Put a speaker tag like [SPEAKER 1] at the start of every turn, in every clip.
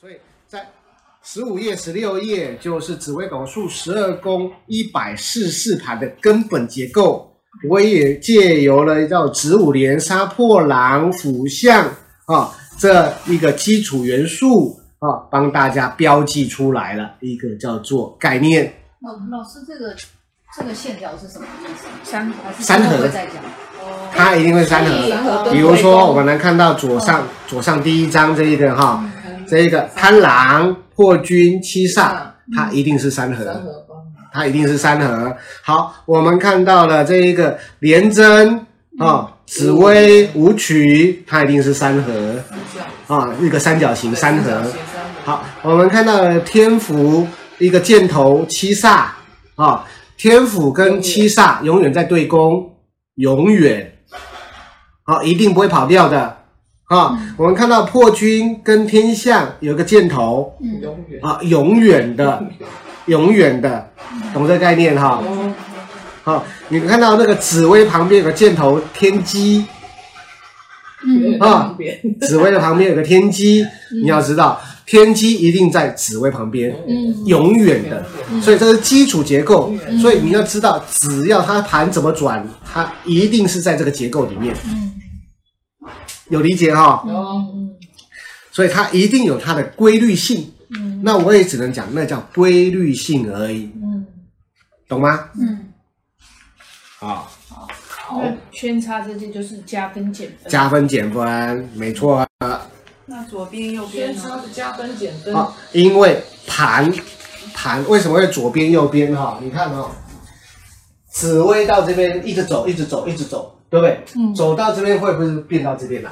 [SPEAKER 1] 所以在十五页、十六页就是紫微斗数十二宫一百四十四盘的根本结构。我也借由了叫子午连杀破狼辅相啊这一个基础元素啊，帮大家标记出来了一个叫做概念。
[SPEAKER 2] 老老师，这个这个线条是什么意思？
[SPEAKER 3] 嗯三
[SPEAKER 2] 还是
[SPEAKER 1] 三合
[SPEAKER 2] 之后会再讲？
[SPEAKER 1] 它一定会三
[SPEAKER 2] 所
[SPEAKER 1] 合。
[SPEAKER 2] 以
[SPEAKER 3] 三合
[SPEAKER 1] 比如说，我们能看到左上左上第一张这一个哈，这一个贪狼破军七煞，它一定是三合。
[SPEAKER 3] 三合宫，
[SPEAKER 1] 它一定是三合。好，我们看到了这一个连针啊，紫薇舞曲，它一定是三合啊，一个三角形三合。
[SPEAKER 3] 三合，
[SPEAKER 1] 好，我们看到了天府一个箭头七煞啊，天府跟七煞永远在对攻，永远啊，一定不会跑掉的啊。我们看到破军跟天象有一个箭头
[SPEAKER 2] 嗯，
[SPEAKER 3] 永远
[SPEAKER 1] 啊，永远的， 永远的，懂这个概念哈、
[SPEAKER 3] 哦
[SPEAKER 1] 好、你看到那个紫薇旁边有个箭头天机，
[SPEAKER 2] 嗯，
[SPEAKER 1] 啊
[SPEAKER 3] 旁边
[SPEAKER 1] 紫薇的旁边有个天机，你要知道天机一定在紫薇旁边，
[SPEAKER 2] 嗯
[SPEAKER 1] 永远的，所以这是基础结构。所以你要知道，只要它盘怎么转，它一定是在这个结构里面，
[SPEAKER 2] 嗯
[SPEAKER 1] 有理解哈、
[SPEAKER 3] 哦，
[SPEAKER 1] 所以它一定有它的规律性。
[SPEAKER 2] 嗯
[SPEAKER 1] 那我也只能讲，那叫规律性而已，
[SPEAKER 2] 嗯
[SPEAKER 1] 懂吗？
[SPEAKER 2] 嗯，
[SPEAKER 1] 啊，
[SPEAKER 3] 那圈叉这些就是加分减分，
[SPEAKER 1] 加分减分，没错啊。
[SPEAKER 4] 那左边右边
[SPEAKER 3] 圈
[SPEAKER 4] 呢？
[SPEAKER 3] 叉是加分减分，
[SPEAKER 1] 啊，因为盘盘为什么会左边右边哈、你看哦，紫薇到这边一直走，一直走，一直走，对不对？
[SPEAKER 2] 嗯
[SPEAKER 1] 走到这边会不会变到这边来？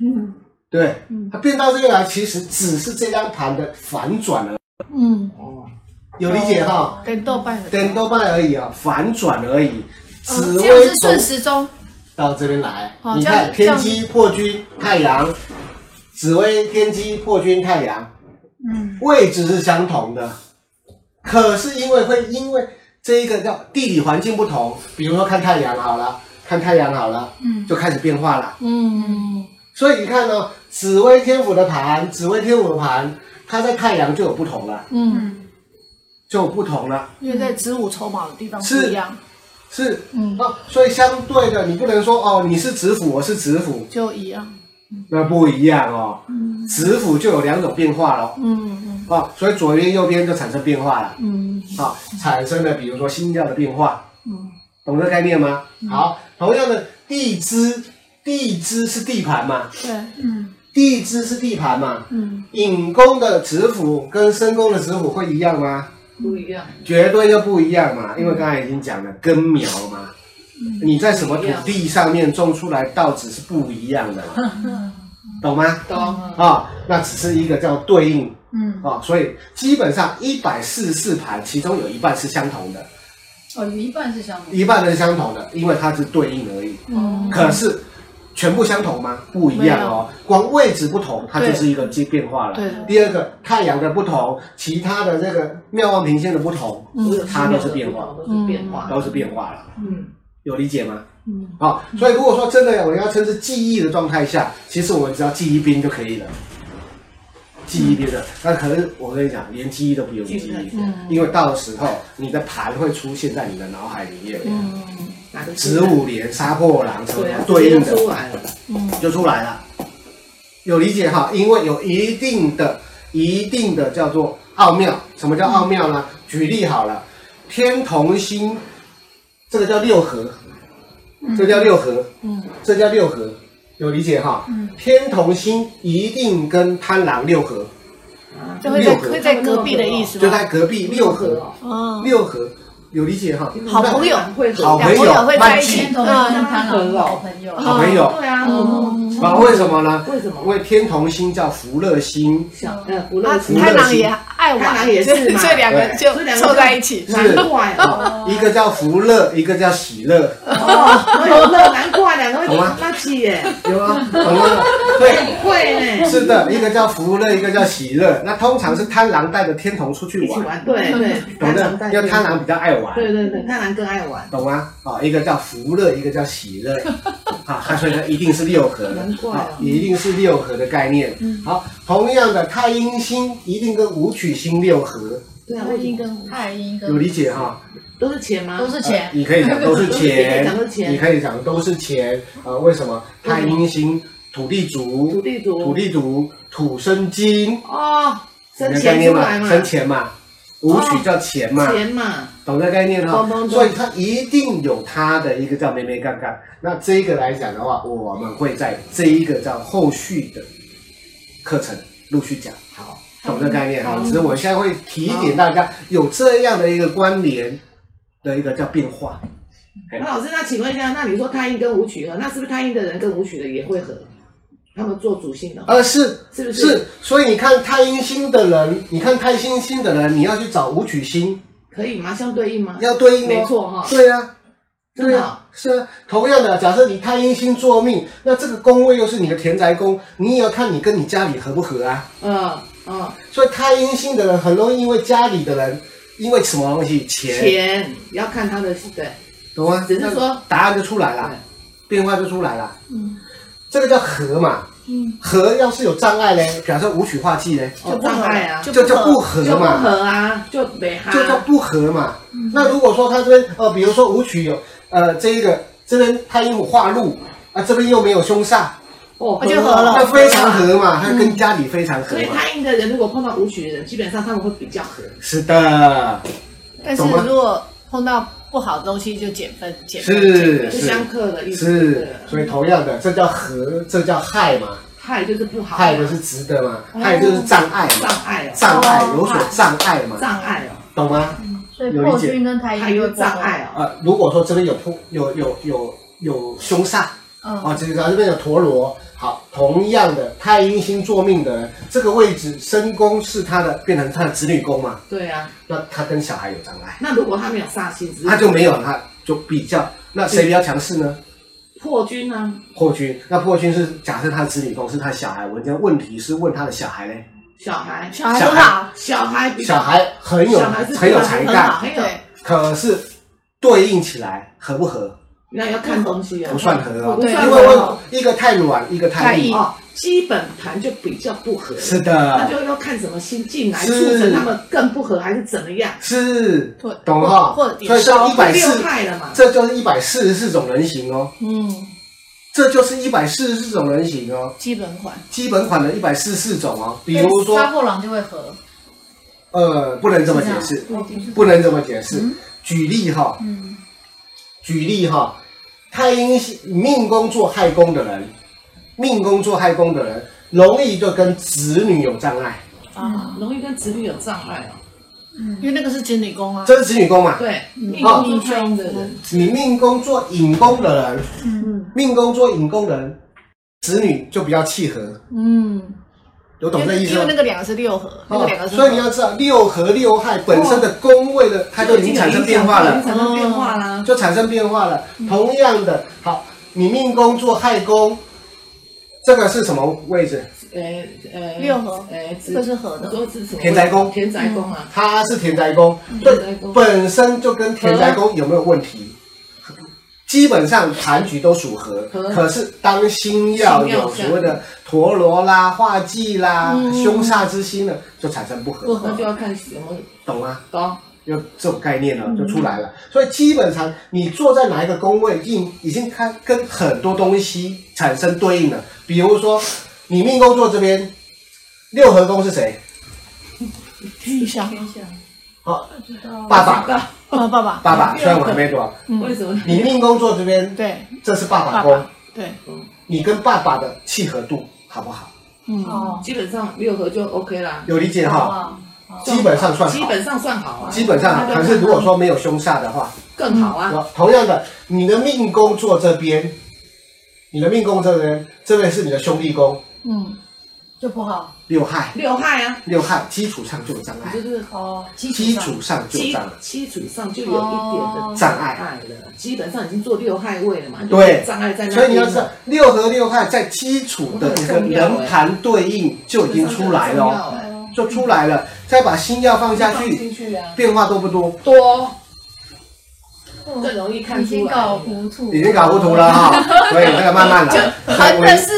[SPEAKER 2] 嗯
[SPEAKER 1] 对不对，它变到这边来，其实只是这张盘的反转而已，
[SPEAKER 2] 嗯
[SPEAKER 1] 有理解哈、
[SPEAKER 3] 跟豆瓣的
[SPEAKER 1] 等多半而已啊，反转而已。紫
[SPEAKER 3] 这样
[SPEAKER 1] 薇
[SPEAKER 3] 是
[SPEAKER 1] 走
[SPEAKER 3] 顺时钟，
[SPEAKER 1] 到这边来，
[SPEAKER 3] 哦
[SPEAKER 1] 你
[SPEAKER 3] 这样
[SPEAKER 1] 看
[SPEAKER 3] 子
[SPEAKER 1] 天机破军太阳，紫薇天机破军太阳，
[SPEAKER 2] 嗯
[SPEAKER 1] 位置是相同的，可是因为会因为这一个叫地理环境不同，比如说看太阳好了，看太阳好了，
[SPEAKER 2] 嗯
[SPEAKER 1] 就开始变化了。
[SPEAKER 2] 嗯
[SPEAKER 1] 所以你看呢、紫微天府的盘，紫微天府的盘，它在太阳就有不同了，
[SPEAKER 3] 嗯，
[SPEAKER 2] 嗯
[SPEAKER 1] 就有不同了。
[SPEAKER 3] 因为在子午筹卯的地方
[SPEAKER 1] 是
[SPEAKER 3] 不一样，
[SPEAKER 1] 是
[SPEAKER 2] 嗯
[SPEAKER 1] 啊，所以相对的，你不能说哦，你是子府，我是子府，
[SPEAKER 3] 就一样，
[SPEAKER 1] 那不一样哦。
[SPEAKER 2] 嗯
[SPEAKER 1] 子府就有两种变化了
[SPEAKER 3] 嗯
[SPEAKER 1] 啊，所以左边右边就产生变化了。
[SPEAKER 3] 嗯
[SPEAKER 1] 啊，产生了比如说星耀的变化，
[SPEAKER 3] 嗯，
[SPEAKER 1] 懂这概念吗？好，同样的地支，地支是地盘嘛，
[SPEAKER 3] 对，
[SPEAKER 2] 嗯
[SPEAKER 1] 地支是地盘嘛，
[SPEAKER 3] 嗯
[SPEAKER 1] 引宫的子府跟申宫的子府会一样吗？
[SPEAKER 3] 不一样，
[SPEAKER 1] 绝对就不一样嘛，因为刚才已经讲了根苗嘛，
[SPEAKER 3] 嗯
[SPEAKER 1] 你在什么土地上面种出来稻子是不一样的嘛， 懂吗？
[SPEAKER 3] 懂，
[SPEAKER 1] 啊，那只是一个叫对应
[SPEAKER 2] 嗯，
[SPEAKER 1] 啊，所以基本上一百四十四盘，其中有一半是相同的。
[SPEAKER 2] 哦，有一半是相同，
[SPEAKER 1] 一半人相同的，因为它是对应而已。
[SPEAKER 3] 嗯
[SPEAKER 1] 可是全部相同吗？不一样哦，光位置不同，它就是一个变变化了。
[SPEAKER 3] 对，
[SPEAKER 1] 第二个太阳的不同，其他的这个妙望平线的不同，它都是变化，
[SPEAKER 3] 都是变化
[SPEAKER 1] 都是变化了。
[SPEAKER 3] 嗯
[SPEAKER 1] 有理解吗？
[SPEAKER 3] 嗯
[SPEAKER 1] 啊、所以如果说真的我们要称之记忆的状态下，其实我们只要记一兵就可以了。记一兵的，那可能我跟你讲，连记忆都不用记忆，
[SPEAKER 3] 嗯
[SPEAKER 1] 因为到时候你的盘会出现在你的脑海里面。
[SPEAKER 3] 嗯
[SPEAKER 4] 哪个
[SPEAKER 1] 子午连杀破狼什么
[SPEAKER 4] 对啊，
[SPEAKER 1] 对应的
[SPEAKER 4] 出来了。
[SPEAKER 3] 嗯
[SPEAKER 1] 就出来了，有理解哈？因为有一定的、一定的叫做奥妙。什么叫奥妙呢？举例好了，天同星，这个叫六合，这叫六合，
[SPEAKER 3] 嗯
[SPEAKER 1] 这叫六合，有理解哈？
[SPEAKER 2] 嗯
[SPEAKER 1] 天同星一定跟贪狼六合，
[SPEAKER 3] 就会在会在隔壁的意思
[SPEAKER 1] 就
[SPEAKER 3] 吗？
[SPEAKER 1] 在隔壁六合，
[SPEAKER 3] 嗯，
[SPEAKER 1] 六合有理解哈？
[SPEAKER 3] 好朋友，
[SPEAKER 4] 会
[SPEAKER 1] 好朋
[SPEAKER 3] 两朋
[SPEAKER 1] 友
[SPEAKER 3] 友会在一起
[SPEAKER 2] 天，同星跟贪狼是好朋友，
[SPEAKER 1] 好朋友，
[SPEAKER 4] 对啊，
[SPEAKER 3] 嗯
[SPEAKER 1] 然后为什么呢？
[SPEAKER 4] 为什么
[SPEAKER 1] 因为天同星叫福乐星，
[SPEAKER 4] 想呃不
[SPEAKER 3] 啊
[SPEAKER 4] 乐
[SPEAKER 1] 福乐
[SPEAKER 3] 太郎也爱玩，
[SPEAKER 4] 太郎也是嘛
[SPEAKER 3] 所以两个就凑在一起。
[SPEAKER 1] 是
[SPEAKER 4] 难怪哦，
[SPEAKER 1] 啊，一个叫福乐，一个叫喜乐，
[SPEAKER 4] 哦有乐难怪两个
[SPEAKER 1] 懂
[SPEAKER 4] 会
[SPEAKER 1] 吗
[SPEAKER 4] 垃圾耶，
[SPEAKER 1] 有
[SPEAKER 4] 啊
[SPEAKER 1] 吗？懂了吗？对，
[SPEAKER 4] 会呢，
[SPEAKER 1] 是的，一个叫福乐，一个叫喜乐。那通常是贪狼带着天童出去
[SPEAKER 4] 一起
[SPEAKER 1] 玩，
[SPEAKER 4] 玩，对对，
[SPEAKER 1] 懂
[SPEAKER 4] 常
[SPEAKER 1] 的，
[SPEAKER 4] 带
[SPEAKER 1] 因为贪狼比较爱玩，哦
[SPEAKER 4] 对对对，贪狼更爱玩，
[SPEAKER 1] 懂吗？啊，一个叫福乐，一个叫喜乐，好，它所以它一定是六合的
[SPEAKER 4] 难，怪啊
[SPEAKER 1] 好一定是六合的概念。
[SPEAKER 3] 嗯
[SPEAKER 1] 好，同样的太阴星一定跟武曲星六合，
[SPEAKER 4] 对啊，
[SPEAKER 3] 太
[SPEAKER 4] 为什
[SPEAKER 3] 阴
[SPEAKER 4] 么
[SPEAKER 3] 跟
[SPEAKER 2] 太阴
[SPEAKER 1] 有
[SPEAKER 2] 跟
[SPEAKER 1] 理解哈？
[SPEAKER 4] 都是钱吗？
[SPEAKER 2] 都是钱
[SPEAKER 1] 呃，你可以讲都是钱
[SPEAKER 4] 都是钱，
[SPEAKER 1] 你可以讲都是钱。呃，为什么太阴星土地
[SPEAKER 4] 土
[SPEAKER 1] 主、
[SPEAKER 4] 地主，
[SPEAKER 1] 土地主、土生金，
[SPEAKER 4] 哦，生
[SPEAKER 1] 有概
[SPEAKER 4] 钱
[SPEAKER 1] 念
[SPEAKER 4] 出
[SPEAKER 1] 嘛？
[SPEAKER 4] 来嘛，哦
[SPEAKER 1] 生钱嘛，武曲叫钱嘛，
[SPEAKER 4] 钱嘛，
[SPEAKER 1] 懂这概念哈
[SPEAKER 4] 懂懂？懂
[SPEAKER 1] 所以它一定有它的一个叫“梅梅杠杠”。那这个来讲的话，我们会在这一个叫后续的课程陆续讲。好，懂这概念
[SPEAKER 4] 嗯
[SPEAKER 1] 哈？只是我现在会提点大家有这样的一个关联的一个叫变化。
[SPEAKER 4] 那老师，那请问一下，那你说太阴跟武曲合，那是不是太阴的人跟武曲的也会合？他们做主性的话，
[SPEAKER 1] 呃，是
[SPEAKER 4] 哦是不是
[SPEAKER 1] 是，所以你看太阴星的人，你看太阴星的人，你要去找武曲星，
[SPEAKER 4] 可以吗？相对应吗？
[SPEAKER 1] 要对应哦
[SPEAKER 4] 没错哈，
[SPEAKER 1] 对啊。
[SPEAKER 4] 真的哦
[SPEAKER 1] 啊，是啊。同样的，假设你太阴星坐命，那这个宫位又是你的田宅宫，你也要看你跟你家里合不合啊。
[SPEAKER 4] 嗯嗯，
[SPEAKER 1] 所以太阴星的人很容易因为家里的人，因为什么东西钱，
[SPEAKER 4] 钱要看他的对，
[SPEAKER 1] 懂吗？
[SPEAKER 4] 只是说
[SPEAKER 1] 那答案就出来了，变化就出来了。
[SPEAKER 3] 嗯
[SPEAKER 1] 这个叫合嘛，
[SPEAKER 3] 嗯，
[SPEAKER 1] 合要是有障碍嘞，比方说武曲化忌嘞，
[SPEAKER 4] 哦障碍啊，
[SPEAKER 1] 就叫不合
[SPEAKER 4] 就不
[SPEAKER 1] 嘛，
[SPEAKER 4] 合啊，就没哈，
[SPEAKER 1] 就叫不合嘛。
[SPEAKER 4] 嗯
[SPEAKER 2] 嗯
[SPEAKER 1] 那如果说他这边呃，比如说武曲有呃这一个这边太阴有化禄啊，这边又没有凶煞，
[SPEAKER 4] 哦啊
[SPEAKER 2] 那就合了
[SPEAKER 1] 那非常。合嘛，它跟家里非常合
[SPEAKER 4] 所以
[SPEAKER 1] 嘛。
[SPEAKER 4] 太阴的人如果碰到武曲的人，基本上他们会比较合。
[SPEAKER 1] 是的，
[SPEAKER 2] 但是
[SPEAKER 1] 懂吗
[SPEAKER 2] 如果碰到不好的东西就减分，减分
[SPEAKER 1] 是
[SPEAKER 4] 就是相克的意思。
[SPEAKER 1] 是，所以同样的，这叫合，这叫害嘛，
[SPEAKER 4] 害就是不好，
[SPEAKER 1] 害就是值得嘛，
[SPEAKER 4] 哦
[SPEAKER 1] 害就是障碍嘛，
[SPEAKER 4] 障碍哦，
[SPEAKER 1] 障碍
[SPEAKER 2] 哦
[SPEAKER 1] 有所障碍嘛，
[SPEAKER 4] 障碍哦，
[SPEAKER 1] 懂吗？
[SPEAKER 2] 嗯
[SPEAKER 5] 所以
[SPEAKER 1] 有理
[SPEAKER 5] 破
[SPEAKER 1] 解
[SPEAKER 5] 军跟太
[SPEAKER 4] 还
[SPEAKER 5] 阴
[SPEAKER 4] 有
[SPEAKER 5] 就
[SPEAKER 4] 障，碍哦，
[SPEAKER 1] 呃，如果说这边有破有有有有凶煞，
[SPEAKER 5] 嗯，
[SPEAKER 1] 哦，这个这边有陀螺，好，同样的太阴星坐命的人，这个位置身宫是他的，变成他的子女宫嘛，
[SPEAKER 4] 对啊。
[SPEAKER 1] 那他跟小孩有障碍，
[SPEAKER 4] 那如果他没有煞星，只是
[SPEAKER 1] 他就没有，他就比较，那谁比较强势呢？
[SPEAKER 4] 破军啊呢？
[SPEAKER 1] 破军，那破军是假设他的子女宫是他小孩，我这问题是问他的小孩嘞，
[SPEAKER 4] 小孩，
[SPEAKER 2] 小孩不好，
[SPEAKER 4] 小孩比
[SPEAKER 1] 小孩很有
[SPEAKER 4] 小孩是
[SPEAKER 1] 很有才干，
[SPEAKER 4] 很有，
[SPEAKER 2] 对，
[SPEAKER 1] 可是对应起来合不合？
[SPEAKER 4] 那要看东西啊，
[SPEAKER 1] 不算合哦，
[SPEAKER 4] 不
[SPEAKER 1] 因
[SPEAKER 4] 算
[SPEAKER 1] 为
[SPEAKER 4] 合
[SPEAKER 1] 我一个太软，一个太硬。
[SPEAKER 4] 哦，基本盘就比较不合，
[SPEAKER 1] 是
[SPEAKER 4] 那
[SPEAKER 1] 的，
[SPEAKER 4] 就要看什么心进来，促
[SPEAKER 1] 是
[SPEAKER 4] 成他们更不合还是怎么样？
[SPEAKER 1] 是
[SPEAKER 2] 对，
[SPEAKER 1] 懂哈？
[SPEAKER 2] 或者
[SPEAKER 1] 所以这啊一百
[SPEAKER 4] 六
[SPEAKER 1] 四，
[SPEAKER 4] 派了嘛，
[SPEAKER 1] 这就是一百四十四种人形哦，
[SPEAKER 2] 嗯，
[SPEAKER 1] 这就是一百四十四种人形哦，
[SPEAKER 2] 基本款，
[SPEAKER 1] 基本款的一百四十四种哦。比如
[SPEAKER 5] 跟杀
[SPEAKER 1] 说，
[SPEAKER 5] 破狼就会合，
[SPEAKER 1] 呃，不能这么解释，
[SPEAKER 5] 不一
[SPEAKER 2] 哦
[SPEAKER 5] 定是
[SPEAKER 1] 不能这么解释
[SPEAKER 5] 嗯。
[SPEAKER 1] 举例哈，
[SPEAKER 5] 嗯，
[SPEAKER 1] 举例哈，太阴星命宫做亥宫的人，命宫做亥宫的人，容易就跟子女有障碍，
[SPEAKER 4] 啊，容易跟子女有障碍哦。
[SPEAKER 2] 因
[SPEAKER 3] 嗯
[SPEAKER 2] 为那个是子女宫啊，
[SPEAKER 1] 这是子女宫嘛。
[SPEAKER 4] 对，命
[SPEAKER 1] 哦
[SPEAKER 4] 宫凶的人，
[SPEAKER 1] 你命宫做引宫的人，
[SPEAKER 5] 嗯，
[SPEAKER 1] 命宫做引宫的人，子女就比较契合，
[SPEAKER 2] 嗯，
[SPEAKER 1] 有
[SPEAKER 2] 因
[SPEAKER 1] 懂这
[SPEAKER 2] 为
[SPEAKER 1] 意思
[SPEAKER 2] 因为
[SPEAKER 1] 吗哦
[SPEAKER 2] 那？个两个是六合，那个两个是合，哦
[SPEAKER 1] 所以你要知道六合六害本身的宫位的，它就已经产生变化
[SPEAKER 4] 已经
[SPEAKER 1] 了，哦
[SPEAKER 4] 产生变化啦。
[SPEAKER 1] 就产生变化了。同样的，好，你命宫做亥宫，这个是什么位置？
[SPEAKER 4] 呃呃，
[SPEAKER 2] 六合
[SPEAKER 4] 呃，
[SPEAKER 2] 这个是合
[SPEAKER 4] 很
[SPEAKER 2] 的，
[SPEAKER 4] 多是什么？
[SPEAKER 1] 田宅宫
[SPEAKER 4] 田宅宫啊，
[SPEAKER 1] 它是田宅宫，对
[SPEAKER 4] 嗯田，宅宫
[SPEAKER 1] 本身就跟田宅宫有没有问题？基本上盘局都属合，
[SPEAKER 4] 合
[SPEAKER 1] 可是当星耀
[SPEAKER 4] 星耀
[SPEAKER 1] 有
[SPEAKER 4] 这
[SPEAKER 1] 所
[SPEAKER 4] 样
[SPEAKER 1] 谓的陀螺啦、化忌啦、
[SPEAKER 2] 嗯
[SPEAKER 1] 凶煞之心呢，就产生不合，
[SPEAKER 2] 不合
[SPEAKER 4] 那就要看什么
[SPEAKER 1] 懂吗？
[SPEAKER 4] 高。
[SPEAKER 1] 有这种概念呢，
[SPEAKER 4] 嗯
[SPEAKER 1] 就出来了。所以基本上你坐在哪一个宫位，应已经看跟很多东西产生对应了。比如说，你命宫坐这边，六合宫是谁？
[SPEAKER 2] 天下
[SPEAKER 1] 嗯
[SPEAKER 3] 天下
[SPEAKER 1] 哦，爸爸，
[SPEAKER 4] 爸，
[SPEAKER 2] 啊，爸爸，嗯
[SPEAKER 1] 爸爸。虽然我还没啊多，
[SPEAKER 4] 为什么？
[SPEAKER 1] 你命宫坐这边，
[SPEAKER 2] 对，
[SPEAKER 1] 这是爸爸
[SPEAKER 2] 爸
[SPEAKER 1] 宫
[SPEAKER 2] 爸，，对，
[SPEAKER 1] 你跟爸爸的契合度好不好？
[SPEAKER 2] 嗯，
[SPEAKER 5] 哦，
[SPEAKER 4] 基本上六合就 OK 啦，
[SPEAKER 1] 有理解
[SPEAKER 5] 好
[SPEAKER 1] 哈？
[SPEAKER 5] 啊，
[SPEAKER 1] 基本上算
[SPEAKER 4] 基
[SPEAKER 1] 好，
[SPEAKER 4] 本上算好啊，
[SPEAKER 1] 基本上。可是如果嗯说没有凶煞的话，
[SPEAKER 4] 更好啊。
[SPEAKER 1] 同样的，你的命宫坐这边，你的命宫这边，这边是你的兄弟宫，
[SPEAKER 2] 嗯，
[SPEAKER 5] 就不好
[SPEAKER 1] 六害，
[SPEAKER 4] 六害啊，
[SPEAKER 1] 六害基础上就有障碍，
[SPEAKER 4] 就是
[SPEAKER 5] 哦，基础
[SPEAKER 1] 基
[SPEAKER 5] 上
[SPEAKER 1] 础上就有
[SPEAKER 4] 基
[SPEAKER 1] 障碍，
[SPEAKER 4] 基础上就有一点的
[SPEAKER 1] 障
[SPEAKER 4] 障
[SPEAKER 1] 碍。
[SPEAKER 4] 碍了，基本上已经做六害位了嘛，就
[SPEAKER 1] 对
[SPEAKER 4] 障碍在那边了。
[SPEAKER 1] 所以你要知道，六合六害在基础的一个人盘对应就已经出来了哦，
[SPEAKER 4] 哦，
[SPEAKER 1] 就出来了，再把新药放下
[SPEAKER 4] 放
[SPEAKER 1] 去，
[SPEAKER 4] 进去啊，
[SPEAKER 1] 变化多不多？
[SPEAKER 4] 多更
[SPEAKER 2] 嗯
[SPEAKER 4] 容易看
[SPEAKER 2] 已
[SPEAKER 4] 出
[SPEAKER 2] 经
[SPEAKER 4] 来
[SPEAKER 2] 搞。糊涂，
[SPEAKER 1] 已经搞糊涂了哈， 所以这个慢慢来。
[SPEAKER 6] 横的是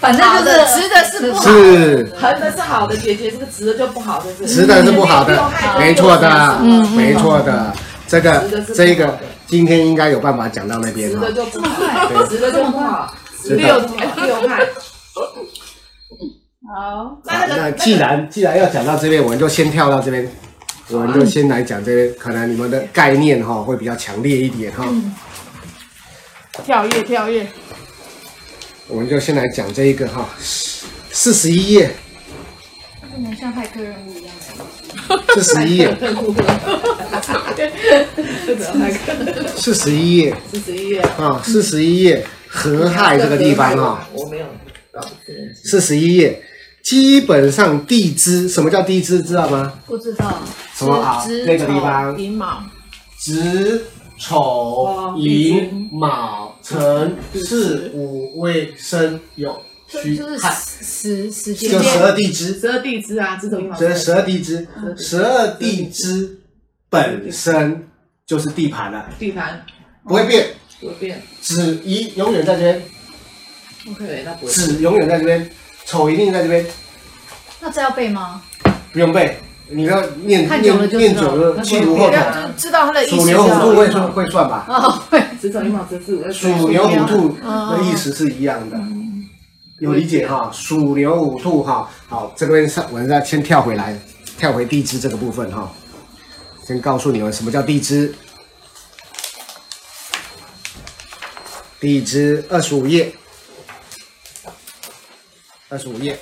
[SPEAKER 2] 反正
[SPEAKER 6] 好
[SPEAKER 2] 就
[SPEAKER 6] 的，
[SPEAKER 2] 是
[SPEAKER 6] 直的是不好。
[SPEAKER 1] 是
[SPEAKER 4] 横的是好的解决，这个直的就不好，就是
[SPEAKER 1] 直的是不好的
[SPEAKER 4] 你没有害，到
[SPEAKER 1] 没错的，
[SPEAKER 4] 嗯
[SPEAKER 1] 没错的。这个
[SPEAKER 4] 直的是不好的
[SPEAKER 1] 这个今天应该有办法讲到那边
[SPEAKER 4] 直
[SPEAKER 1] 哈
[SPEAKER 4] 的。就不好，
[SPEAKER 1] 对
[SPEAKER 4] 直的就不好，
[SPEAKER 1] 直的
[SPEAKER 4] 六六害。
[SPEAKER 2] 好，
[SPEAKER 4] 那那个
[SPEAKER 1] 啊那既然既然要讲到这边，我们就先跳到这边，我们就先来讲这边，可能你们的概念哈会比较强烈一点哈。
[SPEAKER 4] 嗯
[SPEAKER 3] 跳跃跳跃，
[SPEAKER 1] 我们就先来讲这一个哈，四十一页，
[SPEAKER 2] 不能像骇客任务一样的。
[SPEAKER 1] 四十一页，
[SPEAKER 4] 是的，那个
[SPEAKER 1] 四十一页
[SPEAKER 4] 四十一页。
[SPEAKER 1] 啊，四十一页合害这个地方啊哈。
[SPEAKER 4] 我没有搞
[SPEAKER 1] 四十一页，基本上地支，什么叫地支？知道吗？
[SPEAKER 2] 不知道，
[SPEAKER 1] 什么啊？那个地方，
[SPEAKER 3] 银毛，
[SPEAKER 1] 子、丑、寅、卯、辰、巳、午、未、申、酉、
[SPEAKER 2] 就
[SPEAKER 1] 戌
[SPEAKER 2] 就是
[SPEAKER 1] 亥，
[SPEAKER 2] 时时间
[SPEAKER 1] 就十二地支，
[SPEAKER 4] 十二地支啊，这种阴毛
[SPEAKER 1] 这十二地支，十二地支本身就是地盘了，
[SPEAKER 4] 地盘
[SPEAKER 1] 不会变。
[SPEAKER 4] 左边
[SPEAKER 1] 子寅永远在这边，
[SPEAKER 4] ，OK，那不会。
[SPEAKER 1] 子永远在这边，丑一定在这边，
[SPEAKER 2] 那这要背吗？
[SPEAKER 1] 不用背。你要念
[SPEAKER 2] 看
[SPEAKER 1] 念
[SPEAKER 2] 久了就知道
[SPEAKER 1] 念久了，去如后
[SPEAKER 6] 不
[SPEAKER 1] 头。
[SPEAKER 6] 要就知道它的意
[SPEAKER 1] 属
[SPEAKER 6] 思
[SPEAKER 1] 牛
[SPEAKER 6] 就
[SPEAKER 1] 虎
[SPEAKER 6] 好
[SPEAKER 1] 兔。会算会算吧？
[SPEAKER 2] 哦
[SPEAKER 4] 十种阴毛这嗯是我
[SPEAKER 1] 鼠牛虎兔的意思是一样的，有理解哈？鼠牛虎兔哈，好，这边上我们再先跳回来，跳回地支这个部分哈，先告诉你们什么叫地支。地支二十五页，二十五页，